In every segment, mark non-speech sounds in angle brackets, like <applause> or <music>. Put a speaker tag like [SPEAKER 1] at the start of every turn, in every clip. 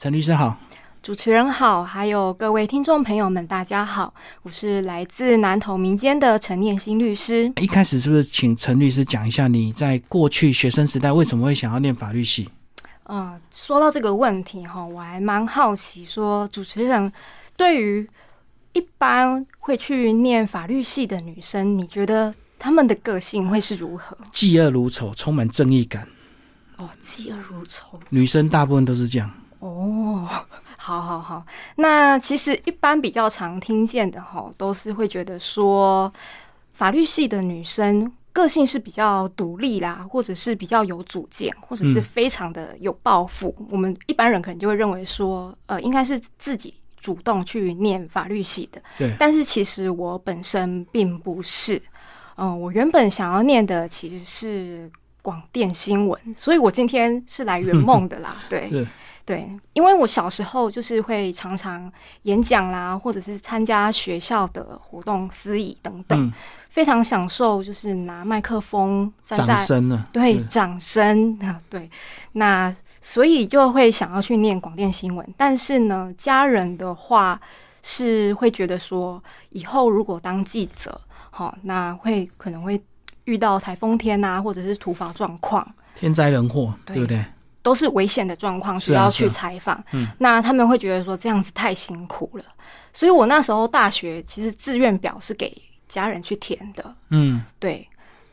[SPEAKER 1] 陈律师好，
[SPEAKER 2] 主持人好，还有各位听众朋友们，大家好，我是来自南投民间的陈念新律师。
[SPEAKER 1] 一开始是不是请陈律师讲一下你在过去学生时代为什么会想要念法律系？
[SPEAKER 2] 嗯，说到这个问题哈，我还蛮好奇说，主持人对于一般会去念法律系的女生，你觉得她们的个性会是如何？
[SPEAKER 1] 嫉恶如仇，充满正义感，
[SPEAKER 2] 哦，嫉恶如仇。
[SPEAKER 1] 女生大部分都是这样。
[SPEAKER 2] 哦，好好好，那其实一般比较常听见的哈，都是会觉得说，法律系的女生个性是比较独立啦，或者是比较有主见，或者是
[SPEAKER 1] 嗯
[SPEAKER 2] 非常的有抱负。我们一般人可能就会认为说，呃，应该是自己主动去念法律系的。
[SPEAKER 1] 对
[SPEAKER 2] 但是其实我本身并不是，嗯、我原本想要念的其实是广电新闻，所以我今天是来圆
[SPEAKER 1] <laughs>
[SPEAKER 2] 梦的啦。对，
[SPEAKER 1] 是
[SPEAKER 2] 对，因为我小时候就是会常常演讲啦，或者是参加学校的活动、司仪等等，
[SPEAKER 1] 嗯，
[SPEAKER 2] 非常享受，就是拿麦克风站在
[SPEAKER 1] 掌声啊了。
[SPEAKER 2] 对
[SPEAKER 1] 是
[SPEAKER 2] 掌声啊，对，那所以就会想要去念广电新闻，但是呢，家人的话是会觉得说，以后如果当记者，好、那会可能会遇到台风天啊，或者是突发状况。
[SPEAKER 1] 天灾人祸，
[SPEAKER 2] 对
[SPEAKER 1] 对不对？
[SPEAKER 2] 都是危险的状况，
[SPEAKER 1] 是
[SPEAKER 2] 需
[SPEAKER 1] 啊
[SPEAKER 2] 要
[SPEAKER 1] 是啊
[SPEAKER 2] 去采访。
[SPEAKER 1] 嗯
[SPEAKER 2] 那他们会觉得说这样子太辛苦了，所以我那时候大学其实志愿表是给家人去填的。
[SPEAKER 1] 嗯，
[SPEAKER 2] 对，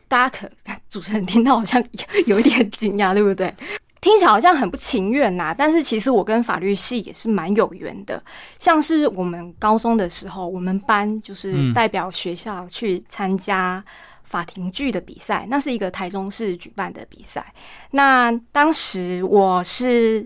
[SPEAKER 2] 大家可 <laughs> 主持人听到好像有一 <laughs> 点惊讶，对不对？听起来好像很不情愿呐、但是其实我跟法律系也是蛮有缘的。像是我们高中的时候，我们班就是
[SPEAKER 1] 嗯
[SPEAKER 2] 代表学校去参加法庭剧的比赛，那是一个台中市举办的比赛。那当时我是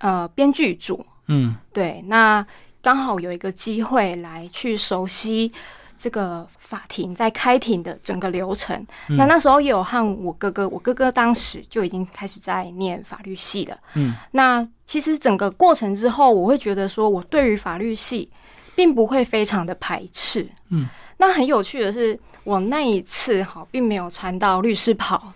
[SPEAKER 2] 呃编剧组，
[SPEAKER 1] 嗯，
[SPEAKER 2] 对，那刚好有一个机会来去熟悉这个法庭在开庭的整个流程。
[SPEAKER 1] 嗯
[SPEAKER 2] 那那时候也有和我哥哥，我哥哥当时就已经开始在念法律系了。
[SPEAKER 1] 嗯，
[SPEAKER 2] 那其实整个过程之后，我会觉得说我对于法律系并不会非常的排斥。
[SPEAKER 1] 嗯，
[SPEAKER 2] 那很有趣的是，我那一次哈并没有穿到律师袍。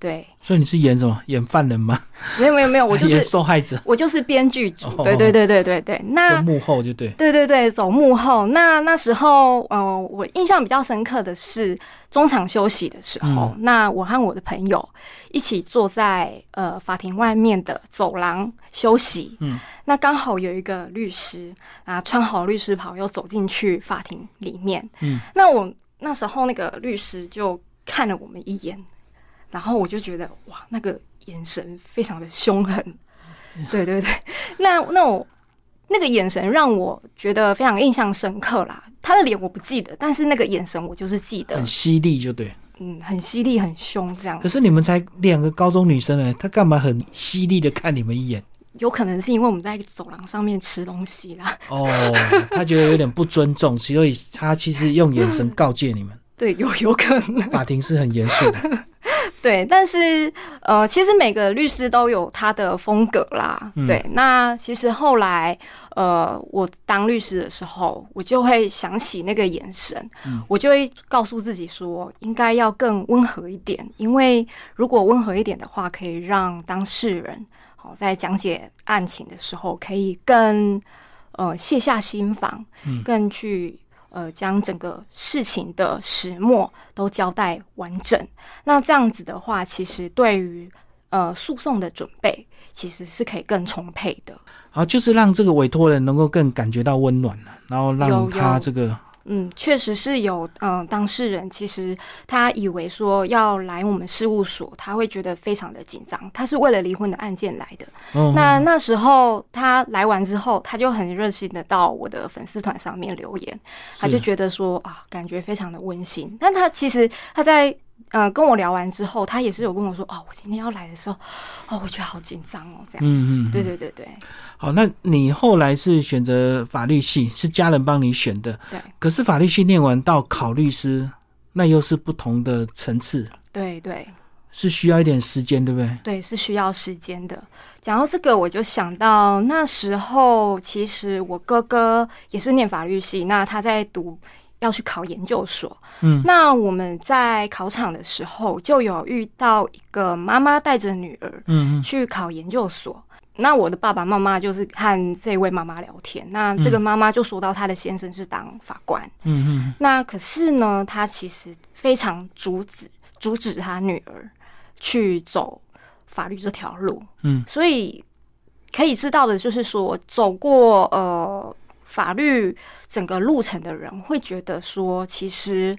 [SPEAKER 2] 对，
[SPEAKER 1] 所以你是演什么？演犯人吗？
[SPEAKER 2] 没有没有没有，我就
[SPEAKER 1] <laughs> 演
[SPEAKER 2] 是
[SPEAKER 1] 受害
[SPEAKER 2] <laughs>
[SPEAKER 1] 者，
[SPEAKER 2] 我就是编剧组。
[SPEAKER 1] 哦
[SPEAKER 2] 对对对对对对，那
[SPEAKER 1] <laughs> 就幕后就对。
[SPEAKER 2] 对对对，走幕后。那那时候，呃，我印象比较深刻的是中场休息的时候，
[SPEAKER 1] 嗯
[SPEAKER 2] 那我和我的朋友一起坐在呃法庭外面的走廊休息。
[SPEAKER 1] 嗯，
[SPEAKER 2] 那刚好有一个律师啊，穿好律师袍又走进去法庭里面。
[SPEAKER 1] 嗯，
[SPEAKER 2] 那我那时候那个律师就看了我们一眼，然后我就觉得哇，那个眼神非常的凶狠。对对对，那那我那个眼神让我觉得非常印象深刻啦。他的脸我不记得，但是那个眼神我就是记得
[SPEAKER 1] 很，犀利，就对。
[SPEAKER 2] 嗯，很犀利，很凶，这样
[SPEAKER 1] 可。是你们才两个高中女生呢，她干嘛很犀利的看你们
[SPEAKER 2] <laughs>
[SPEAKER 1] 一眼？
[SPEAKER 2] 有可能是因为我们在走廊上面吃东西啦，
[SPEAKER 1] 哦，她觉得有点不尊重，所以她其实用眼神告诫你们。
[SPEAKER 2] 对，有有可能，
[SPEAKER 1] 法庭是很严肃的，
[SPEAKER 2] 对。但是呃，其实每个律师都有他的风格啦，
[SPEAKER 1] 嗯
[SPEAKER 2] 对。那其实后来呃，我当律师的时候，我就会想起那个眼神，
[SPEAKER 1] 嗯
[SPEAKER 2] 我就会告诉自己说，应该要更温和一点，因为如果温和一点的话，可以让当事人好、在讲解案情的时候，可以更呃卸下心防，
[SPEAKER 1] 嗯
[SPEAKER 2] 更去呃将整个事情的始末都交代完整。那这样子的话，其实对于呃诉讼的准备，其实是可以更充沛的。
[SPEAKER 1] 好，就是让这个委托人能够更感觉到温暖了，然后让
[SPEAKER 2] 有
[SPEAKER 1] 他
[SPEAKER 2] 有
[SPEAKER 1] 这个
[SPEAKER 2] 嗯，确实是有，嗯、当事人其实他以为说要来我们事务所，他会觉得非常的紧张，他是为了离婚的案件来的。
[SPEAKER 1] 哦，
[SPEAKER 2] 那那时候他来完之后，他就很热心的到我的粉丝团上面留言，他
[SPEAKER 1] 是
[SPEAKER 2] 就觉得说啊，感觉非常的温馨。但他其实他在呃跟我聊完之后，他也是有跟我说，哦，我今天要来的时候，哦，我觉得好紧张哦，这样。
[SPEAKER 1] 嗯嗯，
[SPEAKER 2] 对对对对
[SPEAKER 1] 好，那你后来是选择法律系，是家人帮你选的，
[SPEAKER 2] 对
[SPEAKER 1] 可是法律系念完到考律师，那又是不同的层次，
[SPEAKER 2] 对对
[SPEAKER 1] 是需要一点时间，对不对？
[SPEAKER 2] 对，是需要时间的。讲到这个，我就想到那时候，其实我哥哥也是念法律系，那他在读要去考研究所，
[SPEAKER 1] 嗯
[SPEAKER 2] 那我们在考场的时候，就有遇到一个妈妈带着女儿
[SPEAKER 1] 嗯嗯
[SPEAKER 2] 去考研究所。那我的爸爸妈妈就是和这位妈妈聊天，那这
[SPEAKER 1] 嗯
[SPEAKER 2] 个妈妈就说到她的先生是当法官，
[SPEAKER 1] 嗯嗯
[SPEAKER 2] 那可是呢，她其实非常阻止阻止她女儿去走法律这条路，
[SPEAKER 1] 嗯，
[SPEAKER 2] 所以可以知道的就是说，走过呃法律整个路程的人会觉得说，其实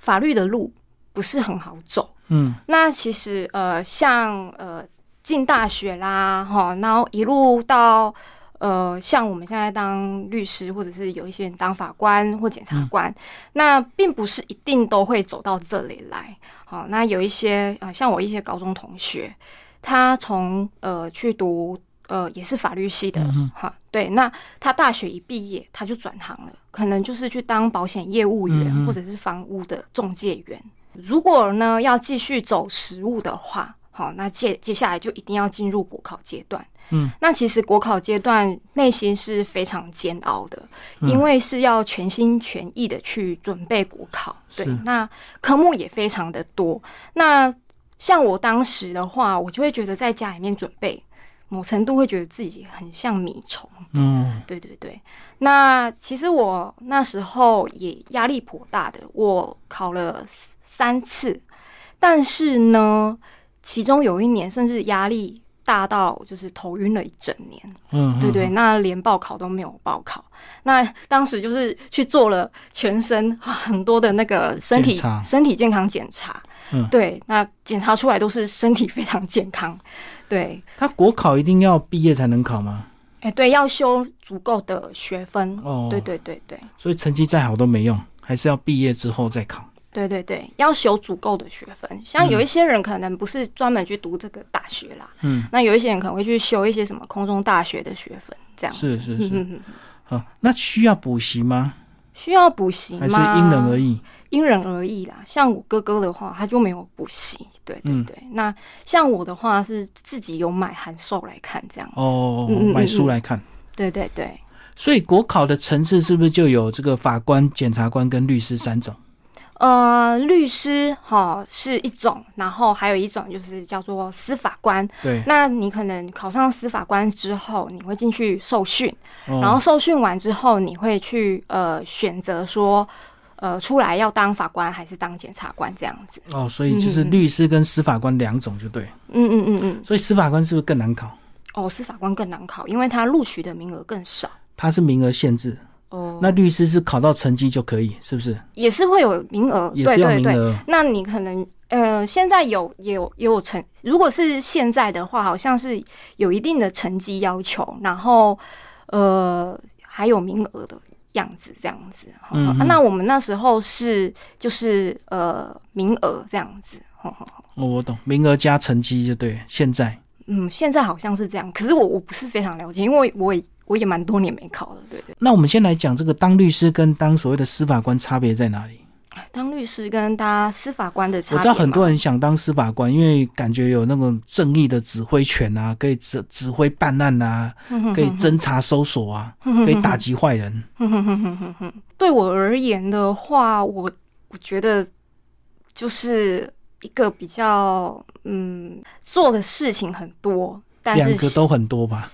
[SPEAKER 2] 法律的路不是很好走，
[SPEAKER 1] 嗯
[SPEAKER 2] 那其实呃，像呃进大学啦，哈，然后一路到呃，像我们现在当律师，或者是有一些人当法官或检察官，
[SPEAKER 1] 嗯
[SPEAKER 2] 那并不是一定都会走到这里来。好，那有一些呃，像我一些高中同学，他从呃去读呃也是法律系的
[SPEAKER 1] 嗯，嗯
[SPEAKER 2] 哈，对，那他大学一毕业他就转行了，可能就是去当保险业务员、
[SPEAKER 1] 嗯嗯
[SPEAKER 2] 或者是房屋的中介员。如果呢要继续走实务的话，好，那接接下来就一定要进入国考阶段。
[SPEAKER 1] 嗯，
[SPEAKER 2] 那其实国考阶段内心是非常煎熬的，
[SPEAKER 1] 嗯
[SPEAKER 2] 因为是要全心全意的去准备国考。对
[SPEAKER 1] 是，
[SPEAKER 2] 那科目也非常的多。那像我当时的话，我就会觉得在家里面准备，某程度会觉得自己很像米虫。
[SPEAKER 1] 嗯
[SPEAKER 2] 对对对，那其实我那时候也压力颇大的，我考了三次，但是呢，其中有一年甚至压力大到就是头晕了一整年。
[SPEAKER 1] 嗯，
[SPEAKER 2] 对对，
[SPEAKER 1] 嗯，
[SPEAKER 2] 那连报考都没有报考。那当时就是去做了全身 <laughs> 啊很多的那个身体
[SPEAKER 1] 检查
[SPEAKER 2] 身体健康检查，
[SPEAKER 1] 嗯
[SPEAKER 2] 对，那检查出来都是身体非常健康。对，
[SPEAKER 1] 他国考一定要毕业才能考吗？
[SPEAKER 2] 哎，对，要修足够的学分。
[SPEAKER 1] 哦，
[SPEAKER 2] 对，对对对
[SPEAKER 1] 所以成绩再好都没用，还是要毕业之后再考。
[SPEAKER 2] 对对对，要修足够的学分。像有一些人可能不是专门去读这个大学啦，
[SPEAKER 1] 嗯，
[SPEAKER 2] 那有一些人可能会去修一些什么空中大学的学分，这样子。
[SPEAKER 1] 是是
[SPEAKER 2] 嗯
[SPEAKER 1] 是，
[SPEAKER 2] 嗯嗯，
[SPEAKER 1] 好，那需要补习吗？
[SPEAKER 2] 需要补习
[SPEAKER 1] 还
[SPEAKER 2] 吗？
[SPEAKER 1] 是因人而异？
[SPEAKER 2] 因人而异啦。像我哥哥的话，他就没有补习，对
[SPEAKER 1] 嗯
[SPEAKER 2] 对对。那像我的话是自己有买函授来看，这样，
[SPEAKER 1] 哦
[SPEAKER 2] 嗯嗯嗯，
[SPEAKER 1] 买书来看。
[SPEAKER 2] 对对对。
[SPEAKER 1] 所以国考的层次是不是就有这个法官、检察官跟律师三种？
[SPEAKER 2] 呃，律师哈、是一种，然后还有一种就是叫做司法官。
[SPEAKER 1] 对，
[SPEAKER 2] 那你可能考上司法官之后，你会进去受训，
[SPEAKER 1] 哦
[SPEAKER 2] 然后受训完之后，你会去呃选择说，呃出来要当法官还是当检察官这样子。
[SPEAKER 1] 哦，所以就是
[SPEAKER 2] 嗯嗯嗯
[SPEAKER 1] 律师跟司法官两种就对。
[SPEAKER 2] 嗯嗯嗯嗯。
[SPEAKER 1] 所以司法官是不是更难考？
[SPEAKER 2] 哦，司法官更难考，因为他录取的名额更少。
[SPEAKER 1] 他是名额限制，
[SPEAKER 2] 哦，
[SPEAKER 1] 那律师是考到成绩就可以，是不是？
[SPEAKER 2] 也是会有名额，
[SPEAKER 1] 也是要
[SPEAKER 2] 对对
[SPEAKER 1] 名
[SPEAKER 2] 对。
[SPEAKER 1] 额。
[SPEAKER 2] 那你可能呃，现在有也有也有成，如果是现在的话，好像是有一定的成绩要求，然后呃还有名额的样子这样子。哈
[SPEAKER 1] 嗯
[SPEAKER 2] 啊那我们那时候是就是呃名额这样子。哈哈哈
[SPEAKER 1] 哦，我懂，名额加成绩就对。现在
[SPEAKER 2] 嗯，现在好像是这样，可是我我不是非常了解，因为我也我也蛮多年没考了，对对。
[SPEAKER 1] 那我们先来讲这个当律师跟当所谓的司法官差别在哪里？
[SPEAKER 2] 当律师跟当司法官的差别
[SPEAKER 1] 我
[SPEAKER 2] 嘛，
[SPEAKER 1] 知道很多人想当司法官，因为感觉有那种正义的指挥权啊，可以指指挥办案啊，
[SPEAKER 2] 嗯
[SPEAKER 1] 可以侦查搜索啊，可以打击坏人。
[SPEAKER 2] 对我而言的话，我我觉得就是一个比较嗯做的事情很多，但
[SPEAKER 1] 两个
[SPEAKER 2] 是
[SPEAKER 1] 都很多吧？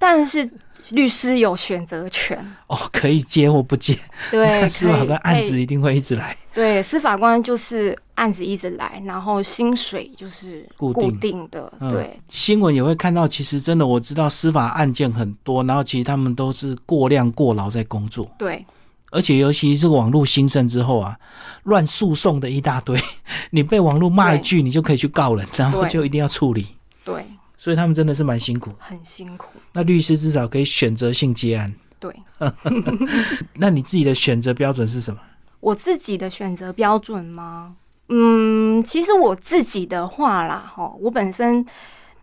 [SPEAKER 2] 但是律师有选择权，
[SPEAKER 1] 哦，可以接或不接，
[SPEAKER 2] 对，
[SPEAKER 1] <laughs> 司法
[SPEAKER 2] 可以
[SPEAKER 1] 官案
[SPEAKER 2] 可
[SPEAKER 1] 子
[SPEAKER 2] 以
[SPEAKER 1] 一定会一直来。
[SPEAKER 2] 对司法官就是案子一直来，然后薪水就是
[SPEAKER 1] 固定
[SPEAKER 2] 固定的，
[SPEAKER 1] 嗯
[SPEAKER 2] 对，
[SPEAKER 1] 新闻也会看到，其实真的我知道司法案件很多，然后其实他们都是过量过劳在工作，
[SPEAKER 2] 对
[SPEAKER 1] 而且尤其这个网络兴盛之后啊，乱诉讼的一大堆， <laughs> 你被网络骂一句，你就可以去告人，然后
[SPEAKER 2] 对
[SPEAKER 1] 就一定要处理，
[SPEAKER 2] 对，
[SPEAKER 1] 所以他们真的是蛮辛苦。
[SPEAKER 2] 很辛苦，
[SPEAKER 1] 那律师至少可以选择性接案，
[SPEAKER 2] 对。
[SPEAKER 1] 那你自己的选择标准是什么？
[SPEAKER 2] 我自己的选择标准吗？嗯，其实我自己的话啦，哈，我本身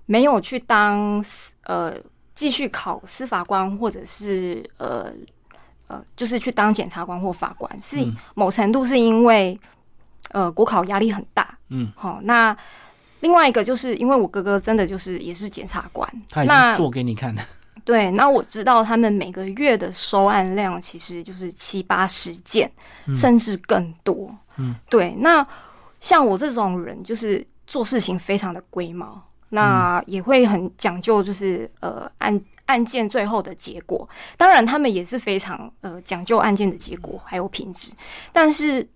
[SPEAKER 2] 没有去当司呃继续考司法官，或者是呃呃，就是去当检察官或法官，是
[SPEAKER 1] 嗯
[SPEAKER 2] 某程度是因为呃国考压力很大，
[SPEAKER 1] 嗯，
[SPEAKER 2] 好，那另外一个就是因为我哥哥真的就是也是检察官，
[SPEAKER 1] 他已
[SPEAKER 2] 那
[SPEAKER 1] 经做给你看了，
[SPEAKER 2] 对，那我知道他们每个月的收案量其实就是七八十件，甚至更多。
[SPEAKER 1] 嗯，
[SPEAKER 2] 对。那像我这种人，就是做事情非常的龟毛，那也会很讲究，就是呃案案件最后的结果。当然，他们也是非常呃讲究案件的结果还有品质，但是。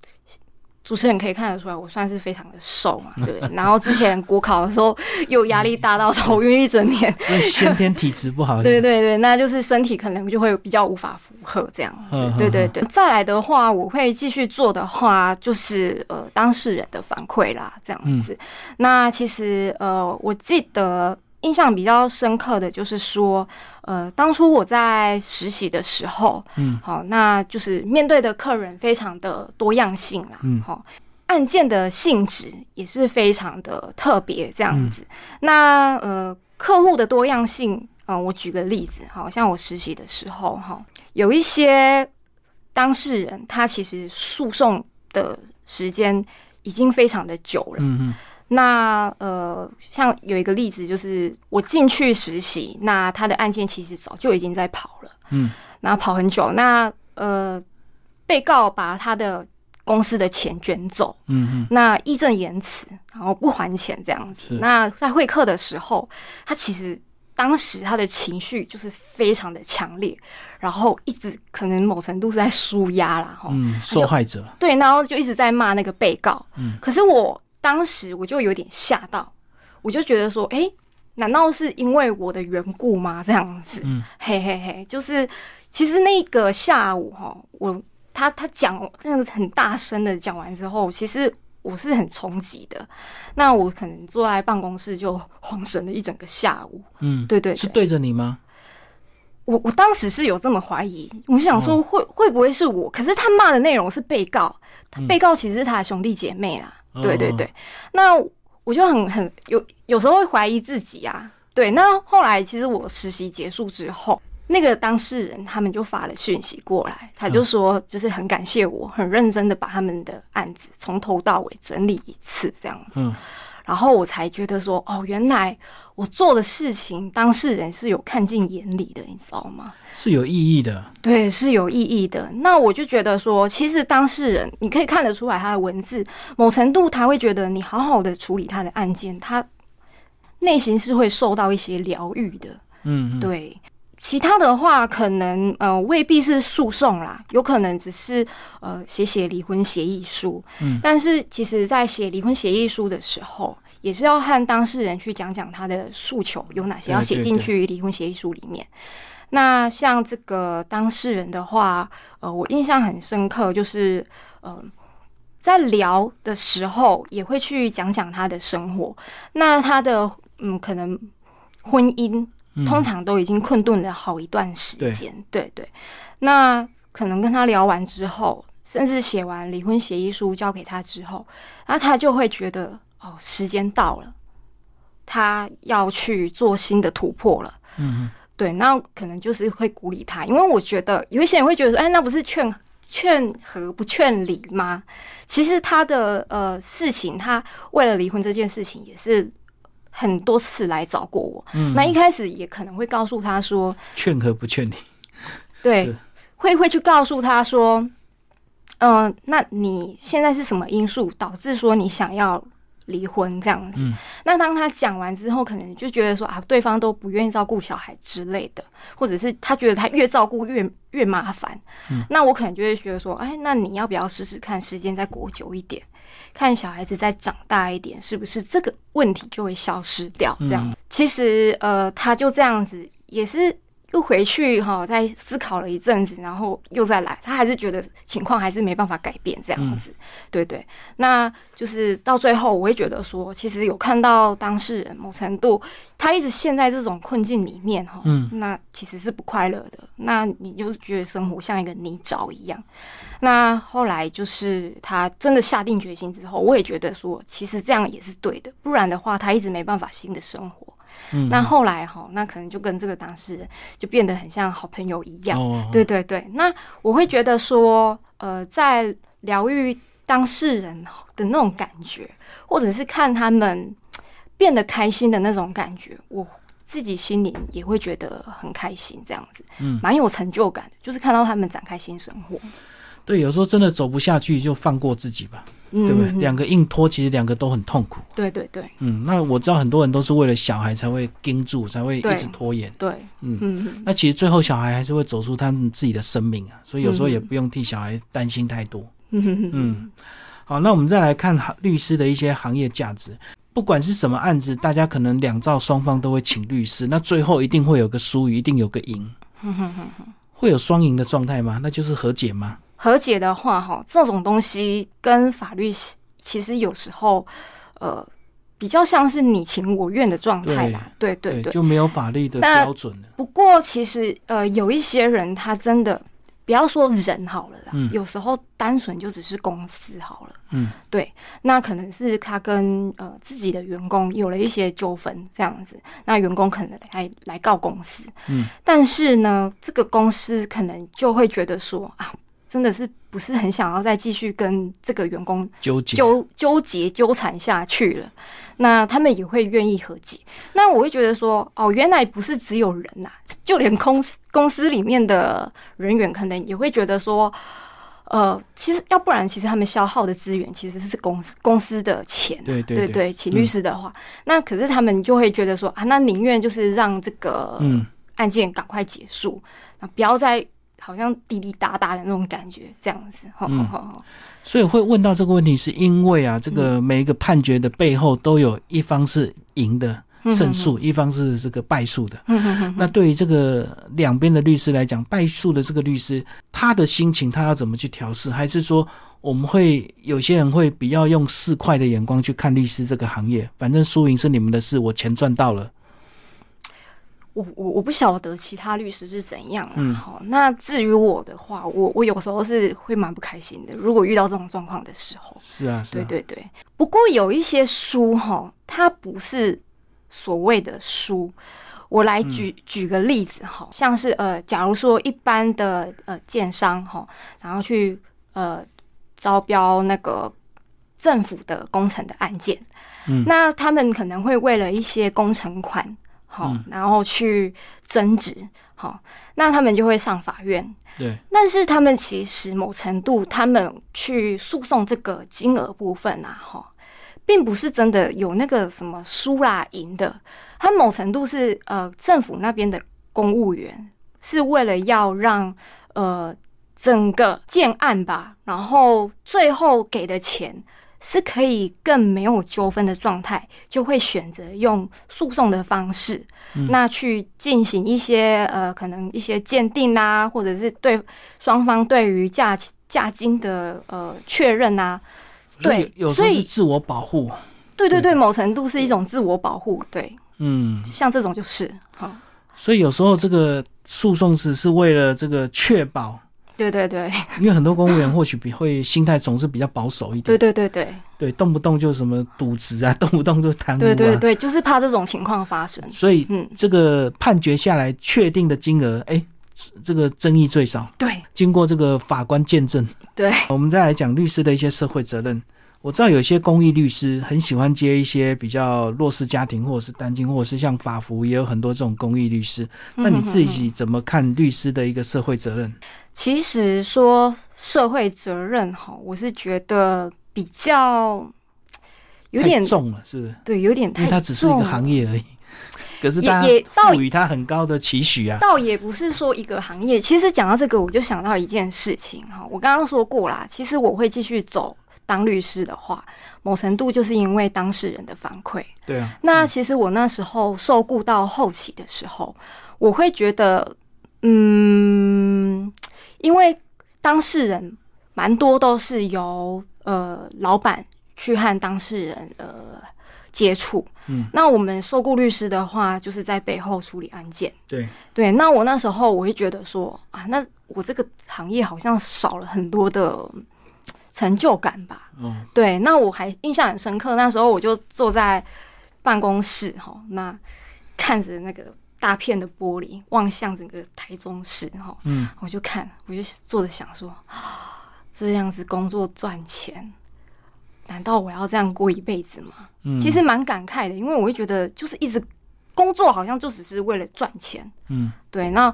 [SPEAKER 2] 主持人可以看得出来，我算是非常的瘦嘛，对不对。然后之前国考的时候，又压力大到头晕一整年，
[SPEAKER 1] 因为先天体质不好，
[SPEAKER 2] 对对对，那就是身体可能就会比较无法负荷这样子
[SPEAKER 1] 嗯嗯。
[SPEAKER 2] 对对对，再来的话，我会继续做的话，就是呃当事人的反馈啦，这样
[SPEAKER 1] 嗯
[SPEAKER 2] 子。那其实呃，我记得印象比较深刻的就是说，呃，当初我在实习的时候，
[SPEAKER 1] 嗯，
[SPEAKER 2] 好，那就是面对的客人非常的多样性啦，
[SPEAKER 1] 嗯
[SPEAKER 2] 好。案件的性质也是非常的特别，这
[SPEAKER 1] 嗯
[SPEAKER 2] 样子。那呃，客户的多样性，啊、我举个例子，好像我实习的时候，哈，有一些当事人他其实诉讼的时间已经非常的久了，
[SPEAKER 1] 嗯嗯
[SPEAKER 2] 那呃，像有一个例子，就是我进去实习，那他的案件其实早就已经在跑了，
[SPEAKER 1] 嗯，
[SPEAKER 2] 然后跑很久。那呃，被告把他的公司的钱卷走，
[SPEAKER 1] 嗯嗯，
[SPEAKER 2] 那义正言辞，然后不还钱这样子
[SPEAKER 1] 是。
[SPEAKER 2] 那在会客的时候，他其实当时他的情绪就是非常的强烈，然后一直可能某程度是在舒压啦，哈、
[SPEAKER 1] 嗯，受害者，
[SPEAKER 2] 对，然后就一直在骂那个被告。
[SPEAKER 1] 嗯
[SPEAKER 2] 可是我当时我就有点吓到，我就觉得说，诶，难道是因为我的缘故吗？这样子，
[SPEAKER 1] 嗯
[SPEAKER 2] 嘿嘿嘿，就是其实那个下午哈，我他他讲真的很大声的讲完之后，其实。我是很冲击的，那我可能坐在办公室就晃神了一整个下午。
[SPEAKER 1] 嗯，
[SPEAKER 2] 对对对
[SPEAKER 1] 是对着你吗？
[SPEAKER 2] 我我当时是有这么怀疑，我就想说会、会不会是我？可是他骂的内容是被告，他被告其实是他的兄弟姐妹啦。
[SPEAKER 1] 嗯
[SPEAKER 2] 对对对，那我就很很有有时候会怀疑自己啊。对，那后来其实我实习结束之后，那个当事人他们就发了讯息过来，他就说就是很感谢我，很认真的把他们的案子从头到尾整理一次这样子。
[SPEAKER 1] 嗯
[SPEAKER 2] 然后我才觉得说，哦，原来我做的事情，当事人是有看进眼里的，你知道吗？
[SPEAKER 1] 是有意义的，
[SPEAKER 2] 对，是有意义的。那我就觉得说，其实当事人你可以看得出来他的文字，某程度他会觉得你好好的处理他的案件，他内心是会受到一些疗愈的。
[SPEAKER 1] 嗯，嗯，
[SPEAKER 2] 对，其他的话可能呃未必是诉讼啦，有可能只是呃写写离婚协议书。
[SPEAKER 1] 嗯，
[SPEAKER 2] 但是其实，在写离婚协议书的时候，也是要和当事人去讲讲他的诉求有哪些，
[SPEAKER 1] 对
[SPEAKER 2] 要写
[SPEAKER 1] 对
[SPEAKER 2] 进
[SPEAKER 1] 对
[SPEAKER 2] 去离婚协议书里面。那像这个当事人的话，呃，我印象很深刻，就是呃，在聊的时候也会去讲讲他的生活，那他的嗯，可能婚姻
[SPEAKER 1] 嗯
[SPEAKER 2] 通常都已经困顿了好一段时间，对对。那可能跟他聊完之后，甚至写完离婚协议书交给他之后，然后他就会觉得哦，时间到了，他要去做新的突破了。
[SPEAKER 1] 嗯
[SPEAKER 2] 对，那可能就是会鼓励他，因为我觉得有一些人会觉得说，哎，那不是劝劝和不劝离吗？其实他的呃事情，他为了离婚这件事情也是很多次来找过我。
[SPEAKER 1] 嗯
[SPEAKER 2] 那一开始也可能会告诉他说，
[SPEAKER 1] 劝和不劝离，
[SPEAKER 2] 对
[SPEAKER 1] 是，
[SPEAKER 2] 会会去告诉他说，嗯、那你现在是什么因素导致说你想要离婚这样子？
[SPEAKER 1] 嗯
[SPEAKER 2] 那当他讲完之后，可能就觉得说啊，对方都不愿意照顾小孩之类的，或者是他觉得他越照顾越越麻烦。
[SPEAKER 1] 嗯
[SPEAKER 2] 那我可能就会觉得说，哎，那你要不要试试看，时间再过久一点，看小孩子再长大一点，是不是这个问题就会消失掉？这
[SPEAKER 1] 嗯
[SPEAKER 2] 样，其实呃，他就这样子也是。又回去哈、再思考了一阵子，然后又再来，他还是觉得情况还是没办法改变这样子，对对。那就是到最后，我会觉得说，其实有看到当事人某程度，他一直陷在这种困境里面哈，
[SPEAKER 1] 嗯
[SPEAKER 2] 那其实是不快乐的。那你就觉得生活像一个泥沼一样。那后来就是他真的下定决心之后，我也觉得说，其实这样也是对的，不然的话，他一直没办法新的生活。
[SPEAKER 1] 嗯
[SPEAKER 2] 那后来哈，那可能就跟这个当事人就变得很像好朋友一样。
[SPEAKER 1] 哦，
[SPEAKER 2] 对对对，那我会觉得说，呃，在疗愈当事人呃的那种感觉，或者是看他们嘖变得开心的那种感觉，我自己心里也会觉得很开心，这样子，
[SPEAKER 1] 嗯
[SPEAKER 2] 蛮有成就感的，就是看到他们展开新生活。
[SPEAKER 1] 对，有时候真的走不下去就放过自己吧，
[SPEAKER 2] 嗯
[SPEAKER 1] 对不对？
[SPEAKER 2] 嗯嗯
[SPEAKER 1] 两个硬拖，其实两个都很痛苦。
[SPEAKER 2] 对对对
[SPEAKER 1] 嗯，那我知道很多人都是为了小孩才会盯住，才会
[SPEAKER 2] 对
[SPEAKER 1] 一直拖延。
[SPEAKER 2] 对，
[SPEAKER 1] 嗯，
[SPEAKER 2] 嗯，
[SPEAKER 1] 那其实最后小孩还是会走出他们自己的生命啊，所以有时候
[SPEAKER 2] 嗯
[SPEAKER 1] 也不用替小孩担心太多。
[SPEAKER 2] 嗯
[SPEAKER 1] 嗯，好，那我们再来看行律师的一些行业价值。不管是什么案子，大家可能两造双方都会请律师，那最后一定会有个输赢，一定有个赢，会有双赢的状态吗？那就是和解吗？
[SPEAKER 2] 和解的话，哈，这种东西跟法律其其实有时候，呃，比较像是你情我愿的状态啦。对对对。
[SPEAKER 1] 就没有法律的
[SPEAKER 2] 那
[SPEAKER 1] 标准了。
[SPEAKER 2] 不过其实，呃，有一些人他真的不要说人好了啦，
[SPEAKER 1] 嗯
[SPEAKER 2] 有时候单纯就只是公司好了。
[SPEAKER 1] 嗯，
[SPEAKER 2] 对，那可能是他跟呃自己的员工有了一些纠纷，这样子，那员工可能来来告公司，
[SPEAKER 1] 嗯，
[SPEAKER 2] 但是呢，这个公司可能就会觉得说啊，真的是不是很想要再继续跟这个员工
[SPEAKER 1] 纠结，
[SPEAKER 2] 纠纠结纠缠下去了，那他们也会愿意和解。那我会觉得说，哦，原来不是只有人呐、就连公司公司里面的人员可能也会觉得说，呃，其实要不然，其实他们消耗的资源其实是公司公司的钱啊、
[SPEAKER 1] 对对
[SPEAKER 2] 对
[SPEAKER 1] 对
[SPEAKER 2] 请律
[SPEAKER 1] 嗯
[SPEAKER 2] 师的话，那可是他们就会觉得说啊，那宁愿就是让这个
[SPEAKER 1] 嗯，
[SPEAKER 2] 案件赶快结束，那、不要再好像滴滴答答的那种感觉，这样子，吼吼
[SPEAKER 1] 嗯
[SPEAKER 2] 吼吼
[SPEAKER 1] 所以会问到这个问题，是因为啊，这
[SPEAKER 2] 嗯
[SPEAKER 1] 个每一个判决的背后都有一方是赢的
[SPEAKER 2] 嗯
[SPEAKER 1] 胜诉，一方是这个败诉的。
[SPEAKER 2] <laughs> 嗯嗯嗯
[SPEAKER 1] 那对于这个两边的律师来讲，败诉的这个律师，他的心情他要怎么去调试？还是说我们会有些人会比较用市侩的眼光去看律师这个行业？反正输赢是你们的事，我钱赚到了。
[SPEAKER 2] 我我我不晓得其他律师是怎样
[SPEAKER 1] 嗯
[SPEAKER 2] 啦。好、那至于我的话，我我有时候是会蛮不开心的，如果遇到这种状况的时候。
[SPEAKER 1] 是啊，是
[SPEAKER 2] 对
[SPEAKER 1] 啊，
[SPEAKER 2] 对对。不过有一些书哈，它不是所谓的书。我来举、
[SPEAKER 1] 嗯
[SPEAKER 2] 举个例子哈，像是呃，假如说一般的呃建商哈，然后去呃招标那个政府的工程的案件，
[SPEAKER 1] 嗯
[SPEAKER 2] 那他们可能会为了一些工程款好，
[SPEAKER 1] 嗯
[SPEAKER 2] 然后去争执好，那他们就会上法院，
[SPEAKER 1] 对
[SPEAKER 2] 但是他们其实某程度，他们去诉讼这个金额部分啊，哈，并不是真的有那个什么输啦赢的，他某程度是呃政府那边的公务员是为了要让呃整个建案吧，然后最后给的钱。是可以更没有纠纷的状态，就会选择用诉讼的方式，那去进行一些呃，可能一些鉴定啊，或者是对双方对于价价金的呃确认啊，
[SPEAKER 1] 所
[SPEAKER 2] 对
[SPEAKER 1] 以有时候
[SPEAKER 2] 所
[SPEAKER 1] 是
[SPEAKER 2] 以
[SPEAKER 1] 自我保护。
[SPEAKER 2] 对对对，某程度是一种自我保护，对，
[SPEAKER 1] 嗯，
[SPEAKER 2] 像这种就是，好，
[SPEAKER 1] 所以有时候这个诉讼是是为了这个确保，
[SPEAKER 2] 对对对
[SPEAKER 1] 因为很多公务员或许比会心态总是比较保守一点，
[SPEAKER 2] 对对对对
[SPEAKER 1] 对，动不动就什么渎职啊，动不动就贪污啊，
[SPEAKER 2] 对对对，就是怕这种情况发生，
[SPEAKER 1] 所以
[SPEAKER 2] 嗯，
[SPEAKER 1] 这个判决下来确定的金额，哎、这个争议最少。
[SPEAKER 2] 对
[SPEAKER 1] 经过这个法官见证，
[SPEAKER 2] 对，
[SPEAKER 1] 我们再来讲律师的一些社会责任。我知道有些公益律师很喜欢接一些比较弱势家庭，或者是单亲，或者是像法服也有很多这种公益律师。
[SPEAKER 2] 嗯
[SPEAKER 1] 那你自己怎么看律师的一个社会责任？
[SPEAKER 2] 其实说社会责任哈，我是觉得比较有点
[SPEAKER 1] 太重了，是不是？
[SPEAKER 2] 对，有点
[SPEAKER 1] 因
[SPEAKER 2] 太
[SPEAKER 1] 为它只是一
[SPEAKER 2] 重
[SPEAKER 1] 个
[SPEAKER 2] 了
[SPEAKER 1] 行业而已，可是
[SPEAKER 2] 也
[SPEAKER 1] 大家
[SPEAKER 2] 也到
[SPEAKER 1] 赋予它很高的期许啊。
[SPEAKER 2] <laughs> 倒也不是说一个行业。其实讲到这个，我就想到一件事情哈，我刚刚说过啦，其实我会继续走当律师的话，某程度就是因为当事人的反馈。
[SPEAKER 1] 对啊，
[SPEAKER 2] 那其实我那时候受雇到后期的时候，我会觉得，嗯，因为当事人蛮多都是由呃老板去和当事人呃接触，
[SPEAKER 1] 嗯，
[SPEAKER 2] 那我们受雇律师的话，就是在背后处理案件。
[SPEAKER 1] 对，
[SPEAKER 2] 对，那我那时候我会觉得说啊，那我这个行业好像少了很多的嗯成就感吧。
[SPEAKER 1] 哦，
[SPEAKER 2] 对，那我还印象很深刻，那时候我就坐在办公室哈，那看着那个大片的玻璃，望向整个台中市哈，
[SPEAKER 1] 嗯，
[SPEAKER 2] 我就看，我就坐着想说，啊这样子工作赚钱，难道我要这样过一辈子吗？
[SPEAKER 1] 嗯，
[SPEAKER 2] 其实蛮感慨的，因为我会觉得就是一直工作好像就只是为了赚钱。
[SPEAKER 1] 嗯，
[SPEAKER 2] 对，那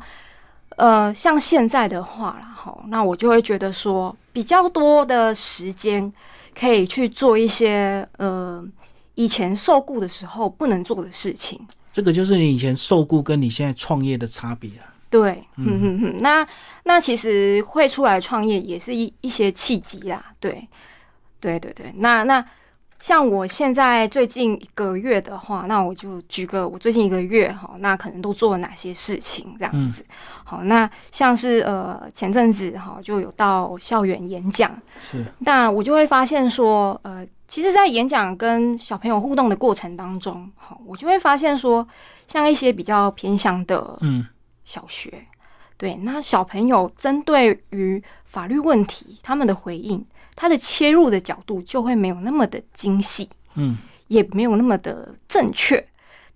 [SPEAKER 2] 呃，像现在的话啦，哈，那我就会觉得说，比较多的时间可以去做一些呃以前受雇的时候不能做的事情。
[SPEAKER 1] 这个就是你以前受雇跟你现在创业的差别啊。
[SPEAKER 2] 对，嗯嗯嗯，那那其实会出来创业也是一一些契机啦，对，对对对，那那像我现在最近一个月的话，那我就举个我最近一个月哈，那可能都做了哪些事情这样子，好，那像是呃前阵子哈就有到校园演讲，
[SPEAKER 1] 是，
[SPEAKER 2] 那我就会发现说，呃，其实，在演讲跟小朋友互动的过程当中，好，我就会发现说，像一些比较偏向的
[SPEAKER 1] 嗯，
[SPEAKER 2] 小学，对，那小朋友针对于法律问题，他们的回应，他的切入的角度就会没有那么的精细，
[SPEAKER 1] 嗯，
[SPEAKER 2] 也没有那么的正确。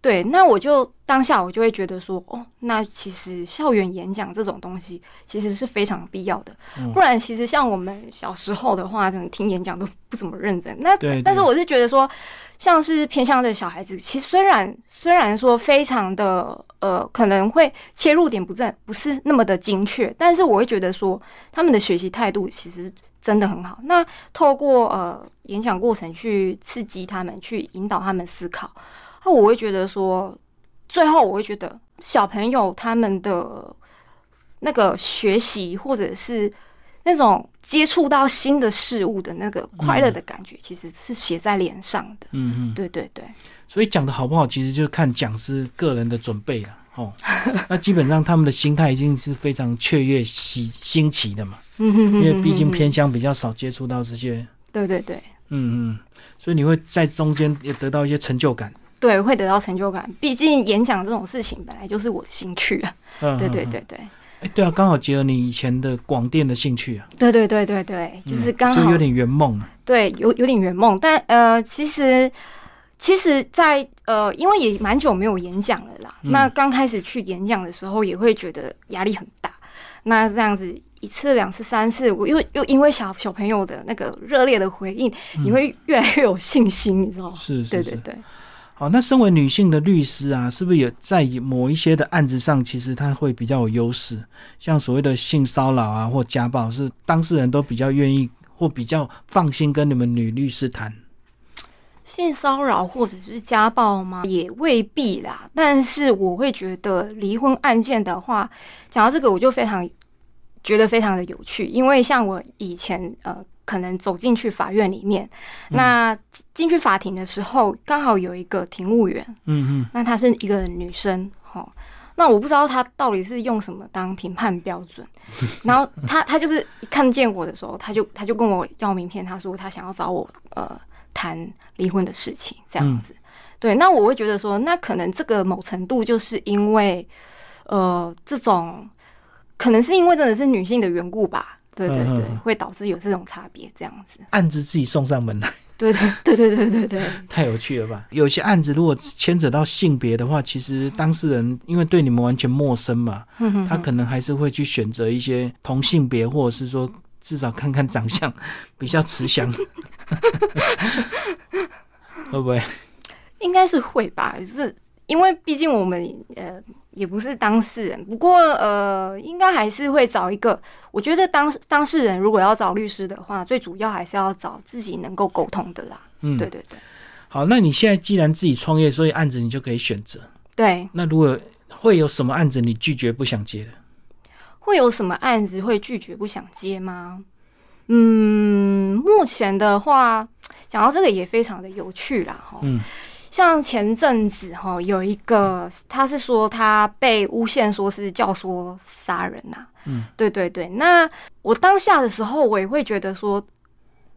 [SPEAKER 2] 对，那我就当下我就会觉得说，哦，那其实校园演讲这种东西其实是非常必要的，
[SPEAKER 1] 嗯
[SPEAKER 2] 不然其实像我们小时候的话，真的听演讲都不怎么认真。那
[SPEAKER 1] 对
[SPEAKER 2] 但是
[SPEAKER 1] 对
[SPEAKER 2] 我是觉得说，像是偏向的小孩子，其实虽然虽然说非常的呃，可能会切入点不正，不是那么的精确，但是我会觉得说，他们的学习态度其实真的很好。那透过呃演讲过程去刺激他们，去引导他们思考，那我会觉得说，最后我会觉得小朋友他们的那个学习或者是那种接触到新的事物的那个快乐的感
[SPEAKER 1] 嗯
[SPEAKER 2] 觉，其实是写在脸上的。
[SPEAKER 1] 嗯嗯，
[SPEAKER 2] 对对对，
[SPEAKER 1] 所以讲的好不好，其实就看讲师个人的准备了。
[SPEAKER 2] <laughs>
[SPEAKER 1] 哦，那基本上他们的心态已经是非常雀跃、喜新奇的嘛，
[SPEAKER 2] 嗯哼
[SPEAKER 1] 因
[SPEAKER 2] 哼
[SPEAKER 1] 为毕竟
[SPEAKER 2] 哼
[SPEAKER 1] 偏乡比较少接触到这些，
[SPEAKER 2] 对对对
[SPEAKER 1] 嗯嗯，所以你会在中间也得到一些成就感。
[SPEAKER 2] 对，会得到成就感。毕竟演讲这种事情本来就是我的兴趣啊。
[SPEAKER 1] 嗯，
[SPEAKER 2] 对对
[SPEAKER 1] 嗯，
[SPEAKER 2] 对对
[SPEAKER 1] 哎、对啊，刚好结合你以前的广电的兴趣啊，
[SPEAKER 2] 对对对对对，就是
[SPEAKER 1] 嗯
[SPEAKER 2] 刚
[SPEAKER 1] 所以
[SPEAKER 2] 好
[SPEAKER 1] 有点圆梦啊。
[SPEAKER 2] 对，有有点圆梦，但呃，其实其实在，呃，因为也蛮久没有演讲了啦。
[SPEAKER 1] 嗯
[SPEAKER 2] 那刚开始去演讲的时候，也会觉得压力很大。那这样子一次、两次、三次，我又又因为小小朋友的那个热烈的回应，你会越来越有信心，你知道吗？
[SPEAKER 1] 嗯是是是
[SPEAKER 2] 哦对对对，
[SPEAKER 1] 好，那身为女性的律师啊，是不是也在某一些的案子上，其实她会比较有优势？像所谓的性骚扰啊，或家暴，是当事人都比较愿意或比较放心跟你们女律师谈。
[SPEAKER 2] 性骚扰或者是家暴吗？也未必啦。但是我会觉得离婚案件的话，讲到这个我就非常觉得非常的有趣，因为像我以前呃，可能走进去法院里面，那进去法庭的时候，刚好有一个庭务员，
[SPEAKER 1] 嗯
[SPEAKER 2] 那她是一个女生，哈、那我不知道她到底是用什么当评判标准， <laughs> 然后她她就是一看见我的时候，她就她就跟我要名片，她说她想要找我呃谈离婚的事情这样
[SPEAKER 1] 嗯
[SPEAKER 2] 子。对，那我会觉得说，那可能这个某程度就是因为呃这种，可能是因为真的是女性的缘故吧。对对
[SPEAKER 1] 嗯嗯
[SPEAKER 2] 对
[SPEAKER 1] 嗯，
[SPEAKER 2] 会导致有这种差别，这样子。
[SPEAKER 1] 案子自己送上门来，啊
[SPEAKER 2] 对对对对对对对，
[SPEAKER 1] <laughs> 太有趣了吧？有些案子如果牵扯到性别的话，其实当事人因为对你们完全陌生嘛，
[SPEAKER 2] 嗯哼
[SPEAKER 1] 他
[SPEAKER 2] 哼
[SPEAKER 1] 可能还是会去选择一些同性别，或者是说至少看看长相 <laughs> 比较慈祥， <laughs> 会不会？
[SPEAKER 2] 应该是会吧，就是因为毕竟我们呃也不是当事人，不过呃应该还是会找一个，我觉得当当事人如果要找律师的话，最主要还是要找自己能够沟通的啦。
[SPEAKER 1] 嗯，
[SPEAKER 2] 对对对
[SPEAKER 1] 好，那你现在既然自己创业，所以案子你就可以选择。
[SPEAKER 2] 对，
[SPEAKER 1] 那如果会有什么案子你拒绝不想接的？
[SPEAKER 2] 会有什么案子会拒绝不想接吗？嗯，目前的话，讲到这个也非常的有趣啦，哈。
[SPEAKER 1] 嗯
[SPEAKER 2] 像前阵子哈，有一个他是说他被诬陷说是教唆杀人呐、
[SPEAKER 1] 嗯，
[SPEAKER 2] 对对对。那我当下的时候，我也会觉得说，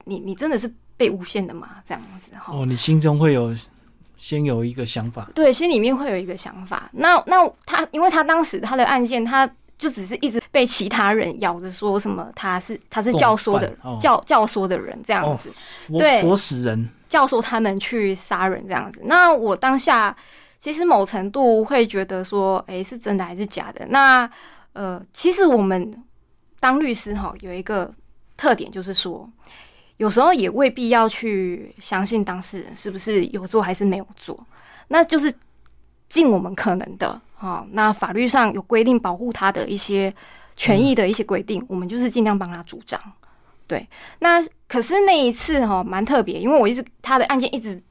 [SPEAKER 2] 你你真的是被诬陷的吗？这样子哈。
[SPEAKER 1] 哦，你心中会有先有一个想法，
[SPEAKER 2] 对，心里面会有一个想法。那那他，因为他当时他的案件，他就只是一直被其他人咬着说什么他是他是教唆的、
[SPEAKER 1] 共犯哦哦
[SPEAKER 2] 教教唆的人这样子，
[SPEAKER 1] 我
[SPEAKER 2] 对
[SPEAKER 1] 锁死人。
[SPEAKER 2] 教唆他们去杀人这样子。那我当下其实某程度会觉得说，诶，是真的还是假的？那呃，其实我们当律师哈，有一个特点就是说，有时候也未必要去相信当事人是不是有做还是没有做，那就是尽我们可能的哈。那法律上有规定保护他的一些权益的一些规定，我们就是尽量帮他主张。那可是那一次哈、蛮特别，因为我一直他的案件一直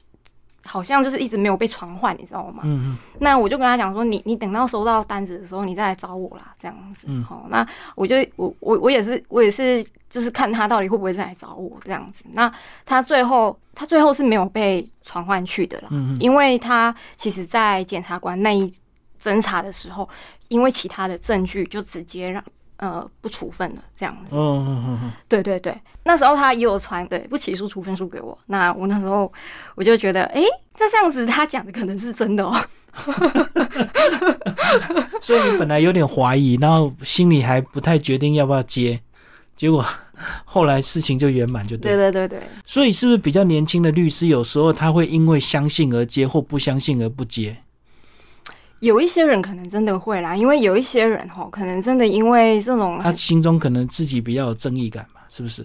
[SPEAKER 2] 好像就是一直没有被传唤，你知道吗？
[SPEAKER 1] 嗯
[SPEAKER 2] 那我就跟他讲说，你你等到收到单子的时候，你再来找我啦，这样子。
[SPEAKER 1] 嗯
[SPEAKER 2] 好、那我就我我我也是我也是就是看他到底会不会再来找我这样子。那他最后他最后是没有被传唤去的啦，
[SPEAKER 1] 嗯嗯
[SPEAKER 2] 因为他其实，在检察官那一侦查的时候，因为其他的证据就直接让呃不处分了这样子。
[SPEAKER 1] 哦哦哦，
[SPEAKER 2] 对对对，那时候他也有传对不起诉处分书给我，那我那时候我就觉得，诶，那这样子他讲的可能是真的哦。
[SPEAKER 1] 哦所以你本来有点怀疑，然后心里还不太决定要不要接，结果后来事情就圆满，就对
[SPEAKER 2] 对
[SPEAKER 1] 了。
[SPEAKER 2] 对对对，
[SPEAKER 1] 所以是不是比较年轻的律师，有时候他会因为相信而接，或不相信而不接？
[SPEAKER 2] 有一些人可能真的会啦，因为有一些人哈，可能真的因为这种
[SPEAKER 1] 他心中可能自己比较有正义感嘛，是不是？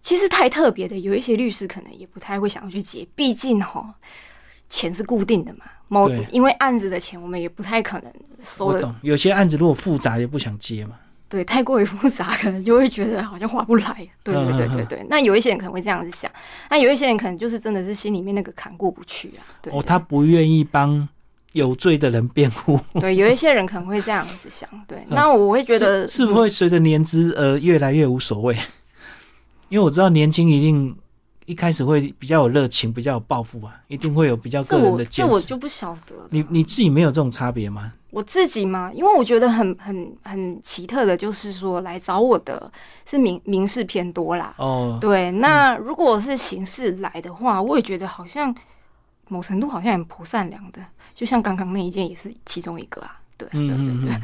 [SPEAKER 2] 其实太特别的，有一些律师可能也不太会想要去结，毕竟哈钱是固定的嘛，某
[SPEAKER 1] 对
[SPEAKER 2] 因为案子的钱我们也不太可能收
[SPEAKER 1] 我
[SPEAKER 2] 的，
[SPEAKER 1] 懂，有些案子如果复杂也不想接嘛。
[SPEAKER 2] 对，太过于复杂， <laughs> 可能就会觉得好像划不来。对对
[SPEAKER 1] 嗯
[SPEAKER 2] 对对对，那有一些人可能会这样子想，那有一些人可能就是真的是心里面那个坎过不去啊。对
[SPEAKER 1] 哦，他不愿意帮有罪的人辩护，
[SPEAKER 2] 对，有一些人可能会这样子想。对，那我会 <laughs> 觉得
[SPEAKER 1] 嗯是是不是会随着年资而越来越无所谓？因为我知道年轻一定一开始会比较有热情，比较有抱负啊，一定会有比较
[SPEAKER 2] 这
[SPEAKER 1] 个人
[SPEAKER 2] 我
[SPEAKER 1] 的
[SPEAKER 2] 这
[SPEAKER 1] 坚
[SPEAKER 2] 我
[SPEAKER 1] 持。
[SPEAKER 2] 就不晓得了。
[SPEAKER 1] 你你自己没有这种差别吗？
[SPEAKER 2] 我自己嘛，因为我觉得很很很奇特的，就是说来找我的是民民事偏多啦。
[SPEAKER 1] 哦，
[SPEAKER 2] 对，那如果是刑事来的话，我也觉得好像某程度好像很不善良的，就像刚刚那一件也是其中一个啊。对对对
[SPEAKER 1] 嗯
[SPEAKER 2] 对。
[SPEAKER 1] 嗯嗯，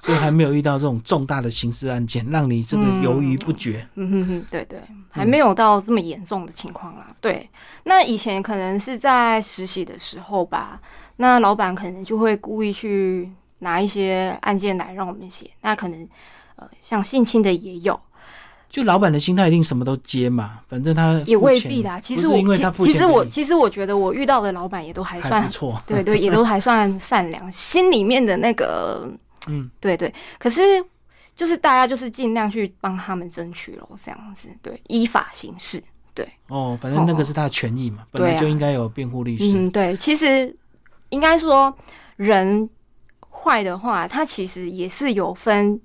[SPEAKER 1] 所以还没有遇到这种重大的刑事案件，让你这个
[SPEAKER 2] 嗯
[SPEAKER 1] 犹豫不决。
[SPEAKER 2] 嗯哼哼，对对，还没有到这么严重的情况啦。对，那以前可能是在实习的时候吧，那老板可能就会故意去拿一些案件来让我们写，那可能呃，像性侵的也有，
[SPEAKER 1] 就老板的心态一定什么都接嘛，反正他
[SPEAKER 2] 也
[SPEAKER 1] 呃付
[SPEAKER 2] 未
[SPEAKER 1] 钱
[SPEAKER 2] 必啦。其
[SPEAKER 1] 不
[SPEAKER 2] 实
[SPEAKER 1] 是因
[SPEAKER 2] 我
[SPEAKER 1] 为他付
[SPEAKER 2] 其其
[SPEAKER 1] 钱
[SPEAKER 2] 实
[SPEAKER 1] 给
[SPEAKER 2] 我
[SPEAKER 1] 你
[SPEAKER 2] 其实我觉得我遇到的老板也都还
[SPEAKER 1] 还
[SPEAKER 2] 算
[SPEAKER 1] 不错，
[SPEAKER 2] <laughs> 对对，也都还算善良，心里面的那个，
[SPEAKER 1] 嗯，
[SPEAKER 2] 对对。可是就是大家就是尽量去帮他们争取咯，这样子，对，依法行事。
[SPEAKER 1] 哦，反正那个是他的权益嘛，本来
[SPEAKER 2] 对啊
[SPEAKER 1] 就应该有辩护律师。
[SPEAKER 2] 嗯，对，其实应该说人坏的话，他其实也是有分。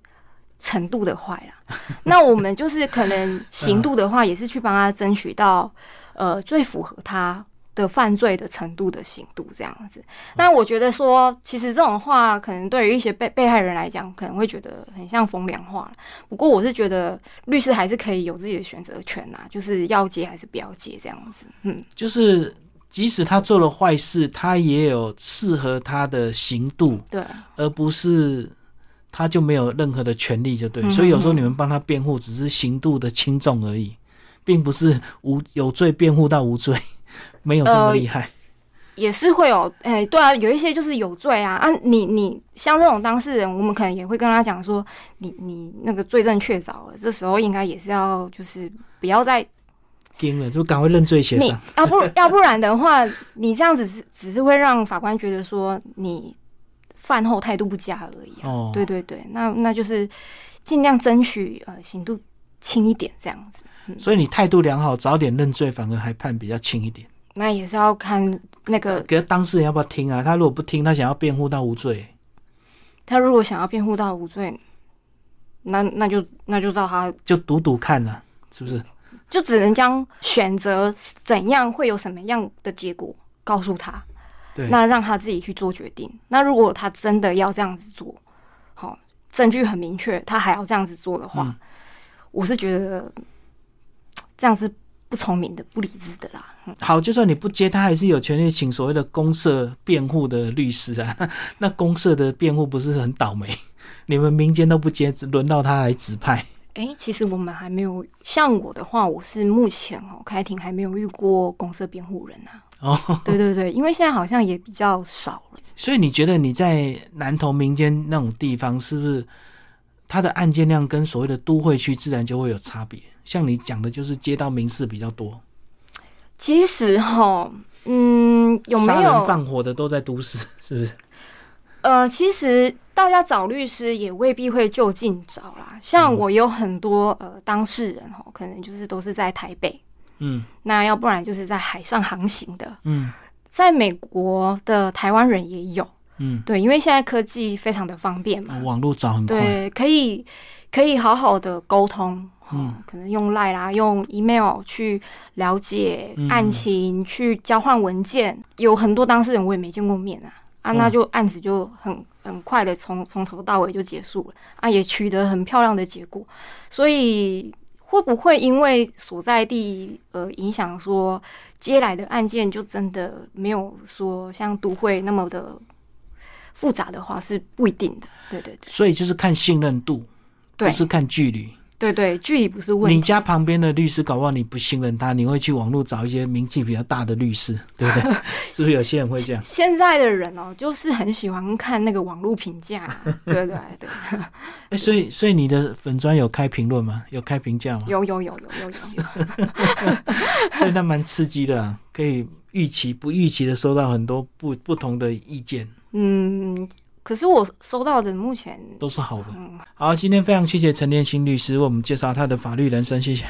[SPEAKER 2] 程度的坏啦，那我们就是可能刑度的话，也是去帮他争取到，呃，最符合他的犯罪的程度的刑度这样子。那我觉得说，其实这种话可能对于一些被被害人来讲，可能会觉得很像风凉话啦不过我是觉得律师还是可以有自己的选择权呐、就是要接还是不要接这样子。嗯，
[SPEAKER 1] 就是即使他做了坏事，他也有适合他的刑度，
[SPEAKER 2] 对。啊
[SPEAKER 1] 而不是他就没有任何的权利，就对。
[SPEAKER 2] 嗯
[SPEAKER 1] 所以有时候你们帮他辩护，只是刑度的轻重而已，并不是无有罪辩护到无罪， <laughs> 没有这么厉害。
[SPEAKER 2] 呃也是会有，哎、对啊，有一些就是有罪啊啊！你你像这种当事人，我们可能也会跟他讲说，你你那个罪证确凿了，这时候应该也是要就是不要再
[SPEAKER 1] 惊了，就赶快认罪协
[SPEAKER 2] 你
[SPEAKER 1] 商。
[SPEAKER 2] 要不要不然的话，你这样子只只是会让法官觉得说你饭后态度不佳而已啊。
[SPEAKER 1] 哦，
[SPEAKER 2] 对对对，那那就是尽量争取呃刑度轻一点这样子，
[SPEAKER 1] 所以你态度良好，早点认罪，反而还判比较轻一点。
[SPEAKER 2] 那也是要看那个
[SPEAKER 1] 可是当事人要不要听啊？他如果不听，他想要辩护到无罪，
[SPEAKER 2] 他如果想要辩护到无罪，那那就那就照他
[SPEAKER 1] 就赌赌看啊，是不是？
[SPEAKER 2] 就只能将选择怎样会有什么样的结果告诉他，
[SPEAKER 1] 对，
[SPEAKER 2] 那让他自己去做决定。那如果他真的要这样子做，好、证据很明确，他还要这样子做的话，
[SPEAKER 1] 嗯
[SPEAKER 2] 我是觉得嘖这样是不聪明的、不理智的啦。
[SPEAKER 1] 好，就算你不接，他还是有权利请所谓的公社辩护的律师啊。 <laughs> 那公社的辩护不是很倒霉？ <laughs> 你们民间都不接，只轮到他来指派。
[SPEAKER 2] 诶，其实我们还没有像我的话，我是目前哦开庭还没有遇过公社辩护人啊。
[SPEAKER 1] 哦，
[SPEAKER 2] 对对对，因为现在好像也比较少了。
[SPEAKER 1] 所以你觉得你在南投民间那种地方，是不是他的案件量跟所谓的都会区自然就会有差别？像你讲的，就是接到民事比较多，
[SPEAKER 2] 其实哈，嗯，有没
[SPEAKER 1] 杀
[SPEAKER 2] 有
[SPEAKER 1] 人放火的都在都市，是不是？
[SPEAKER 2] 呃，其实大家找律师也未必会就近找啦。像我有很多呃当事人哦，可能就是都是在台北，
[SPEAKER 1] 嗯
[SPEAKER 2] 那要不然就是在海上航行的，
[SPEAKER 1] 嗯
[SPEAKER 2] 在美国的台湾人也有。
[SPEAKER 1] 嗯，
[SPEAKER 2] 对，因为现在科技非常的方便嘛，
[SPEAKER 1] 网络找很快，
[SPEAKER 2] 对，可以可以好好的沟通，
[SPEAKER 1] 嗯
[SPEAKER 2] 嗯，可能用 Line 啦，用 email 去了解
[SPEAKER 1] 嗯
[SPEAKER 2] 案情，去交换文件。有很多当事人我也没见过面啊，啊，
[SPEAKER 1] 嗯
[SPEAKER 2] 那就案子就很很快的从从头到尾就结束了，啊，也取得很漂亮的结果。所以会不会因为所在地呃影响说接来的案件就真的没有说像都会那么的？复杂的话是不一定的，对对对
[SPEAKER 1] 所以就是看信任度，
[SPEAKER 2] 对，
[SPEAKER 1] 不是看距离。
[SPEAKER 2] 对对，距离不是问
[SPEAKER 1] 你
[SPEAKER 2] 题。
[SPEAKER 1] 家旁边的律师，搞不好你不信任他，你会去网络找一些名气比较大的律
[SPEAKER 2] <laughs>
[SPEAKER 1] 师，对不对？是不是有些人会这样？
[SPEAKER 2] 现在的人哦，就是很喜欢看那个网络评价啊，对对对，
[SPEAKER 1] 哎、所以所以你的粉砖有开评论吗？有开评价吗？
[SPEAKER 2] 有有有有有有有，
[SPEAKER 1] 所以那蛮刺激的、啊，可以预期不预期的收到很多不不同的意见，
[SPEAKER 2] 嗯，可是我收到的目前，
[SPEAKER 1] 都是好的。
[SPEAKER 2] 嗯，
[SPEAKER 1] 好，今天非常谢谢陈念新律师为我们介绍他的法律人生，谢谢。